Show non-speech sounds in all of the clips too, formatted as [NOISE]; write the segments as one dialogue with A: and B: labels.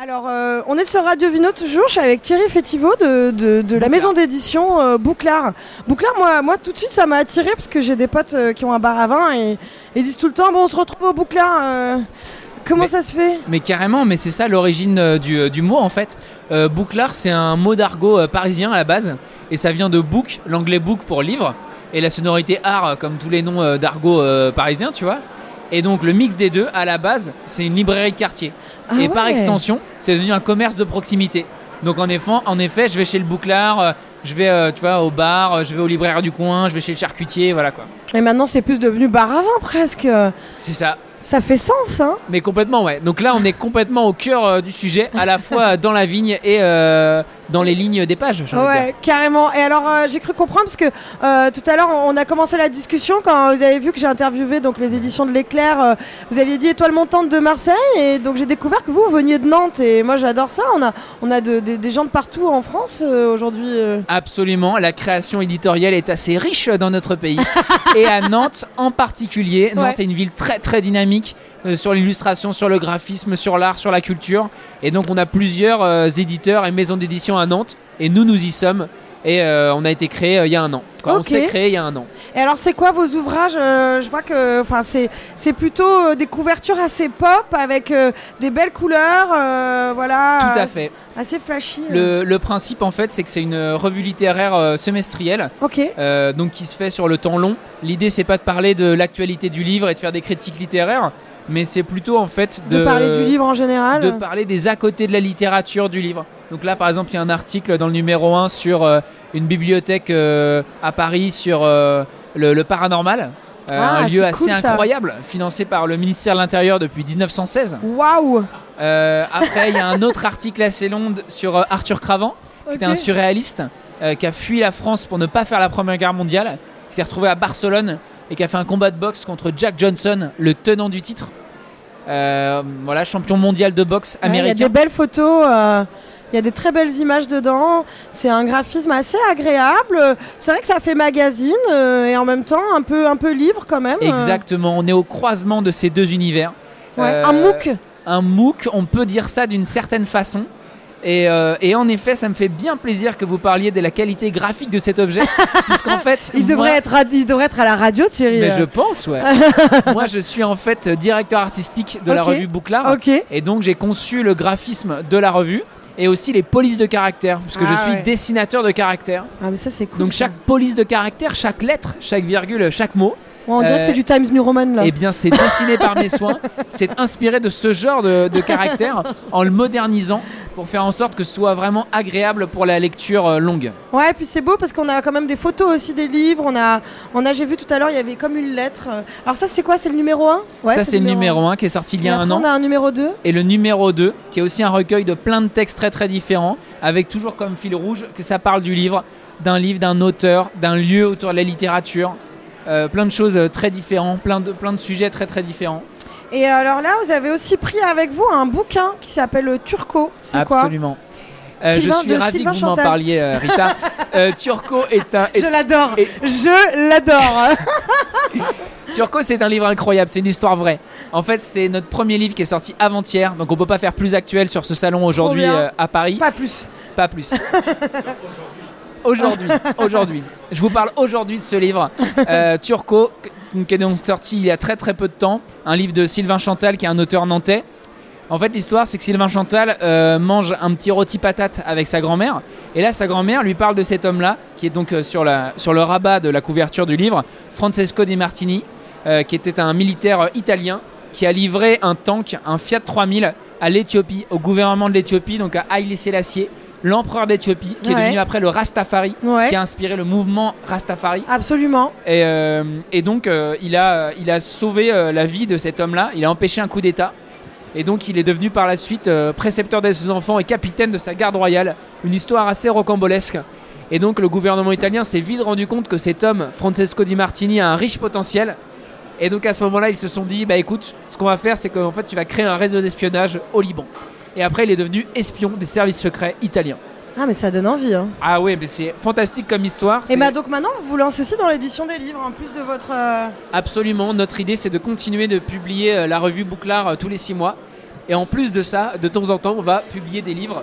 A: Alors, euh, on est sur Radio Vino toujours. Je suis avec Thierry Fétiveau de, de, de la maison d'édition euh, Bouclard. Bouclard, moi, moi, tout de suite, ça m'a attiré parce que j'ai des potes euh, qui ont un bar à vin et ils disent tout le temps Bon, on se retrouve au Bouclard. euh, comment
B: Mais-
A: ça se fait
B: Mais carrément, mais c'est ça l'origine euh, du, euh, du mot en fait. Euh, bouclard, c'est un mot d'argot euh, parisien à la base, et ça vient de book, l'anglais book pour livre, et la sonorité art, comme tous les noms euh, d'argot euh, parisien, tu vois. Et donc le mix des deux, à la base, c'est une librairie de quartier.
A: Ah
B: et par
A: ouais.
B: extension, c'est devenu un commerce de proximité. Donc en effet, en effet je vais chez le bouclard, euh, je vais euh, tu vois, au bar, euh, je vais au libraire du coin, je vais chez le charcutier, voilà quoi.
A: Et maintenant, c'est plus devenu bar à vin presque.
B: C'est ça.
A: Ça fait sens, hein
B: Mais complètement, ouais. Donc là, on est complètement au cœur euh, du sujet, à la fois dans la vigne et euh, dans les lignes des pages. j'ai envie de dire.
A: Ouais, carrément. Et alors, euh, j'ai cru comprendre parce que euh, tout à l'heure, on on a commencé la discussion quand vous avez vu que j'ai interviewé donc les éditions de l'Éclair. euh, vous aviez dit étoile montante de Marseille, et donc j'ai découvert que vous, vous veniez de Nantes. Et moi, j'adore ça. On a, on a de- de- des gens de partout en France euh, aujourd'hui. euh.
B: Absolument, la création éditoriale est assez riche euh, dans
A: [LAUGHS]
B: notre pays. et à Nantes en particulier. Nantes est une ville très très dynamique euh, sur l'illustration, sur le graphisme, sur l'art, sur la culture. Et donc on a plusieurs euh, éditeurs et maisons d'édition à Nantes. Et nous, nous y sommes. Et euh, on a été créé euh, il y a un an. Quoi. On
A: Ok.
B: s'est créé il y a un an.
A: Et alors, c'est quoi vos ouvrages Euh, Je vois que, enfin, c'est, c'est plutôt euh, des couvertures assez pop avec euh, des belles couleurs, euh, voilà,
B: Tout
A: euh,
B: à fait.
A: assez flashy. euh.
B: Le, le principe en fait, c'est que c'est une revue littéraire euh, semestrielle.
A: Ok.
B: euh, donc qui se fait sur le temps long. L'idée c'est pas de parler de l'actualité du livre et de faire des critiques littéraires, mais c'est plutôt en fait
A: De,
B: de,
A: parler du livre en général.
B: de parler des à côté de la littérature du livre. Donc là par exemple il y a un article dans le numéro 1 sur euh, une bibliothèque euh, à Paris sur euh, le, le paranormal. Euh,
A: Ah,
B: un lieu
A: c'est
B: assez
A: cool, ça.
B: incroyable, financé par le ministère de l'Intérieur depuis 1916.
A: Waouh.
B: Euh, après, il y a un autre article assez long de- sur euh, Arthur Cravant, qui était
A: Ok.
B: un surréaliste euh, qui a fui la France pour ne pas faire la Première Guerre mondiale, qui s'est retrouvé à Barcelone et qui a fait un combat de boxe contre Jack Johnson, le tenant du titre. Euh, voilà, champion mondial de boxe
A: Ouais, Il y a
B: américain.
A: des belles photos. euh, Il y a des très belles images dedans. C'est un graphisme assez agréable. C'est vrai que ça fait magazine euh, et en même temps un peu, un peu livre quand même.
B: Exactement, on est au croisement de ces deux univers.
A: Euh, hein. ouais,
B: Euh,
A: Un MOOC.
B: un MOOC, on peut dire ça d'une certaine façon. Et, euh, et en effet, ça me fait bien plaisir que vous parliez de la qualité graphique de
A: [LAUGHS]
B: cet objet, puisqu'en fait,
A: Il
B: moi-
A: devrait, être euh, à, il devrait être à la radio, Thierry.
B: Mais je
A: euh. [LAUGHS]
B: pense, ouais. Moi, je suis en fait euh, directeur artistique de la
A: Ok.
B: revue Bouclard.
A: Euh, Ok.
B: Et donc, j'ai conçu le graphisme de la revue et aussi les polices de caractère, puisque
A: Ah,
B: je suis
A: ouais.
B: dessinateur de caractère.
A: Ah, mais ça, c'est cool.
B: Donc,
A: ça.
B: chaque police de caractère, chaque lettre, chaque virgule, chaque mot,
A: Ouais, on dirait que
B: euh,
A: c'est du Times New Roman là.
B: eh bien, c'est dessiné par mes [LAUGHS] soins. C'est inspiré de ce genre de, de caractère en le modernisant pour faire en sorte que ce soit vraiment agréable pour la lecture euh, longue.
A: Ouais, puis c'est beau parce qu'on a quand même des photos aussi des livres. On a, on a j'ai vu tout à l'heure, il y avait comme une lettre. euh. Alors, ça, c'est quoi C'est le numéro 1
B: Ça, c'est le numéro 1 qui est sorti il y a un an.
A: On a un numéro 2.
B: et le numéro 2, qui est aussi un recueil de plein de textes très très différents, avec toujours comme fil rouge que ça parle du livre, d'un livre, d'un auteur, d'un lieu autour de la littérature, Euh, plein de choses euh, très différentes, plein de, plein de sujets très très différents.
A: Et alors là, vous avez aussi pris avec vous un bouquin qui s'appelle Turco. C'est quoi
B: Absolument. Euh,
A: Sylvain-
B: je
A: de
B: suis ravi
A: Sylvain
B: que vous m'en
A: Chantal.
B: parliez, euh,
A: [LAUGHS]
B: Rita. Euh, Turco est un, est-
A: Je l'adore.
B: et-
A: Je l'adore.
B: [LAUGHS] Turco, c'est un livre incroyable, c'est une histoire vraie. En fait, c'est notre premier livre qui est sorti avant-hier, donc on peut pas faire plus actuel sur ce salon aujourd'hui
A: bien.
B: euh, à Paris.
A: Pas plus.
B: Pas plus. aujourd'hui, aujourd'hui. Je vous parle aujourd'hui de ce livre, euh, Turco, qui est donc sorti il y a très très peu de temps. Un livre de Sylvain Chantal, qui est un auteur nantais. En fait, l'histoire, c'est que Sylvain Chantal euh, mange un petit rôti patate avec sa grand-mère. Et là, sa grand-mère lui parle de cet homme-là, qui est donc euh, sur, la, sur le rabat de la couverture du livre, Francesco Di Martini, euh, qui était un militaire euh, italien, qui a livré un tank, un Fiat 3000, à l'Éthiopie, au gouvernement de l'Éthiopie, donc à Haïlé Selassie, l'empereur d'Éthiopie, qui
A: Ouais.
B: est devenu après le Rastafari,
A: Ouais.
B: qui a inspiré le mouvement Rastafari.
A: Absolument.
B: Et, euh, et donc, euh, il, a, il a sauvé euh, la vie de cet homme-là. Il a empêché un coup d'État. Et donc, il est devenu par la suite euh, précepteur de ses enfants et capitaine de sa garde royale. Une histoire assez rocambolesque. Et donc, le gouvernement italien s'est vite rendu compte que cet homme, Francesco Di Martini, a un riche potentiel. Et donc, à ce moment-là, ils se sont dit bah écoute, ce qu'on va faire, c'est qu'en fait, tu vas créer un réseau d'espionnage au Liban. Et après, il est devenu espion des services secrets italiens.
A: Ah mais ça donne envie. hein.
B: Ah ouais, mais c'est fantastique comme histoire.
A: Et
B: c'est-
A: bah donc maintenant vous vous lancez aussi dans l'édition des livres en plus de votre. euh,
B: Absolument, notre idée c'est de continuer de publier euh, la revue Bouclard euh, tous les six mois. Et en plus de ça, de temps en temps, on va publier des livres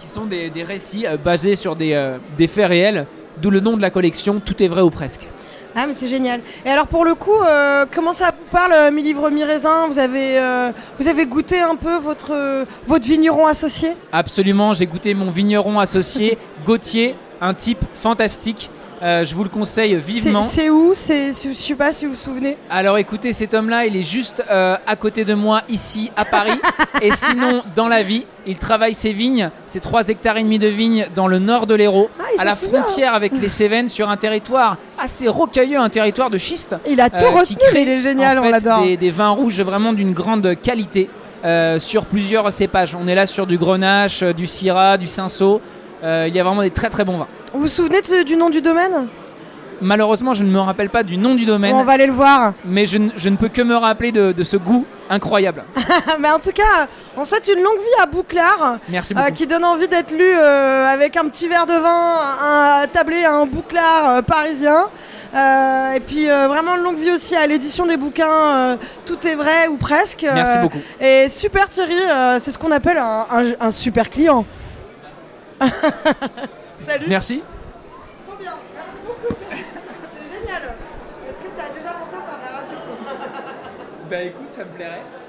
B: qui sont des, des récits euh, basés sur des, euh, des faits réels, d'où le nom de la collection Tout est vrai ou presque.
A: Ah mais c'est génial. Et alors pour le coup, euh, comment ça vous parle, euh, mi livres mi raisin Vous avez euh, vous avez goûté un peu votre euh, votre vigneron associé
B: Absolument, j'ai goûté mon vigneron associé, [LAUGHS] Gauthier, un type fantastique. Euh, je vous le conseille
A: C'est-
B: vivement.
A: C'est où C'est je sais pas si vous vous souvenez.
B: Alors écoutez, cet homme-là, il est juste euh, à côté de moi, ici, à Paris. et sinon, dans la vie, il travaille ses vignes, ses 3 hectares et demi de vignes dans le nord de l'Hérault,
A: Ah, il
B: à la
A: s'en souvient, hein.
B: frontière avec les Cévennes, sur un territoire assez rocailleux, un territoire de schiste.
A: Il a tout
B: Euh, qui
A: retenu,
B: crée,
A: mais il est génial,
B: en
A: on
B: fait,
A: l'adore.
B: Des, des vins rouges vraiment d'une grande qualité euh, sur plusieurs cépages. On est là sur du grenache, euh, du syrah, du cinsault. Euh, il y a vraiment des très très bons vins.
A: Vous vous souvenez de ce- du nom du domaine
B: Malheureusement, je ne me rappelle pas du nom du domaine,
A: On va aller le voir.
B: mais je, ne- je ne peux que me rappeler de, de ce goût incroyable.
A: [LAUGHS] mais en tout cas, on souhaite une longue vie à Bouclard. [LAUGHS]
B: Merci
A: euh,
B: beaucoup.
A: qui donne envie d'être lu euh, avec un petit verre de vin, un tablé, un bouclard euh, parisien. Euh, et puis euh, vraiment longue vie aussi à l'édition des bouquins euh, Tout est vrai ou presque. Euh,
B: Merci beaucoup.
A: Et super Thierry, euh, c'est ce qu'on appelle un, un- un super client. [LAUGHS] Salut.
B: Merci.
A: Trop bien. Merci beaucoup Thierry. C'est génial. Est-ce que tu as déjà pensé à faire la radio
B: Bah écoute, ça me plairait.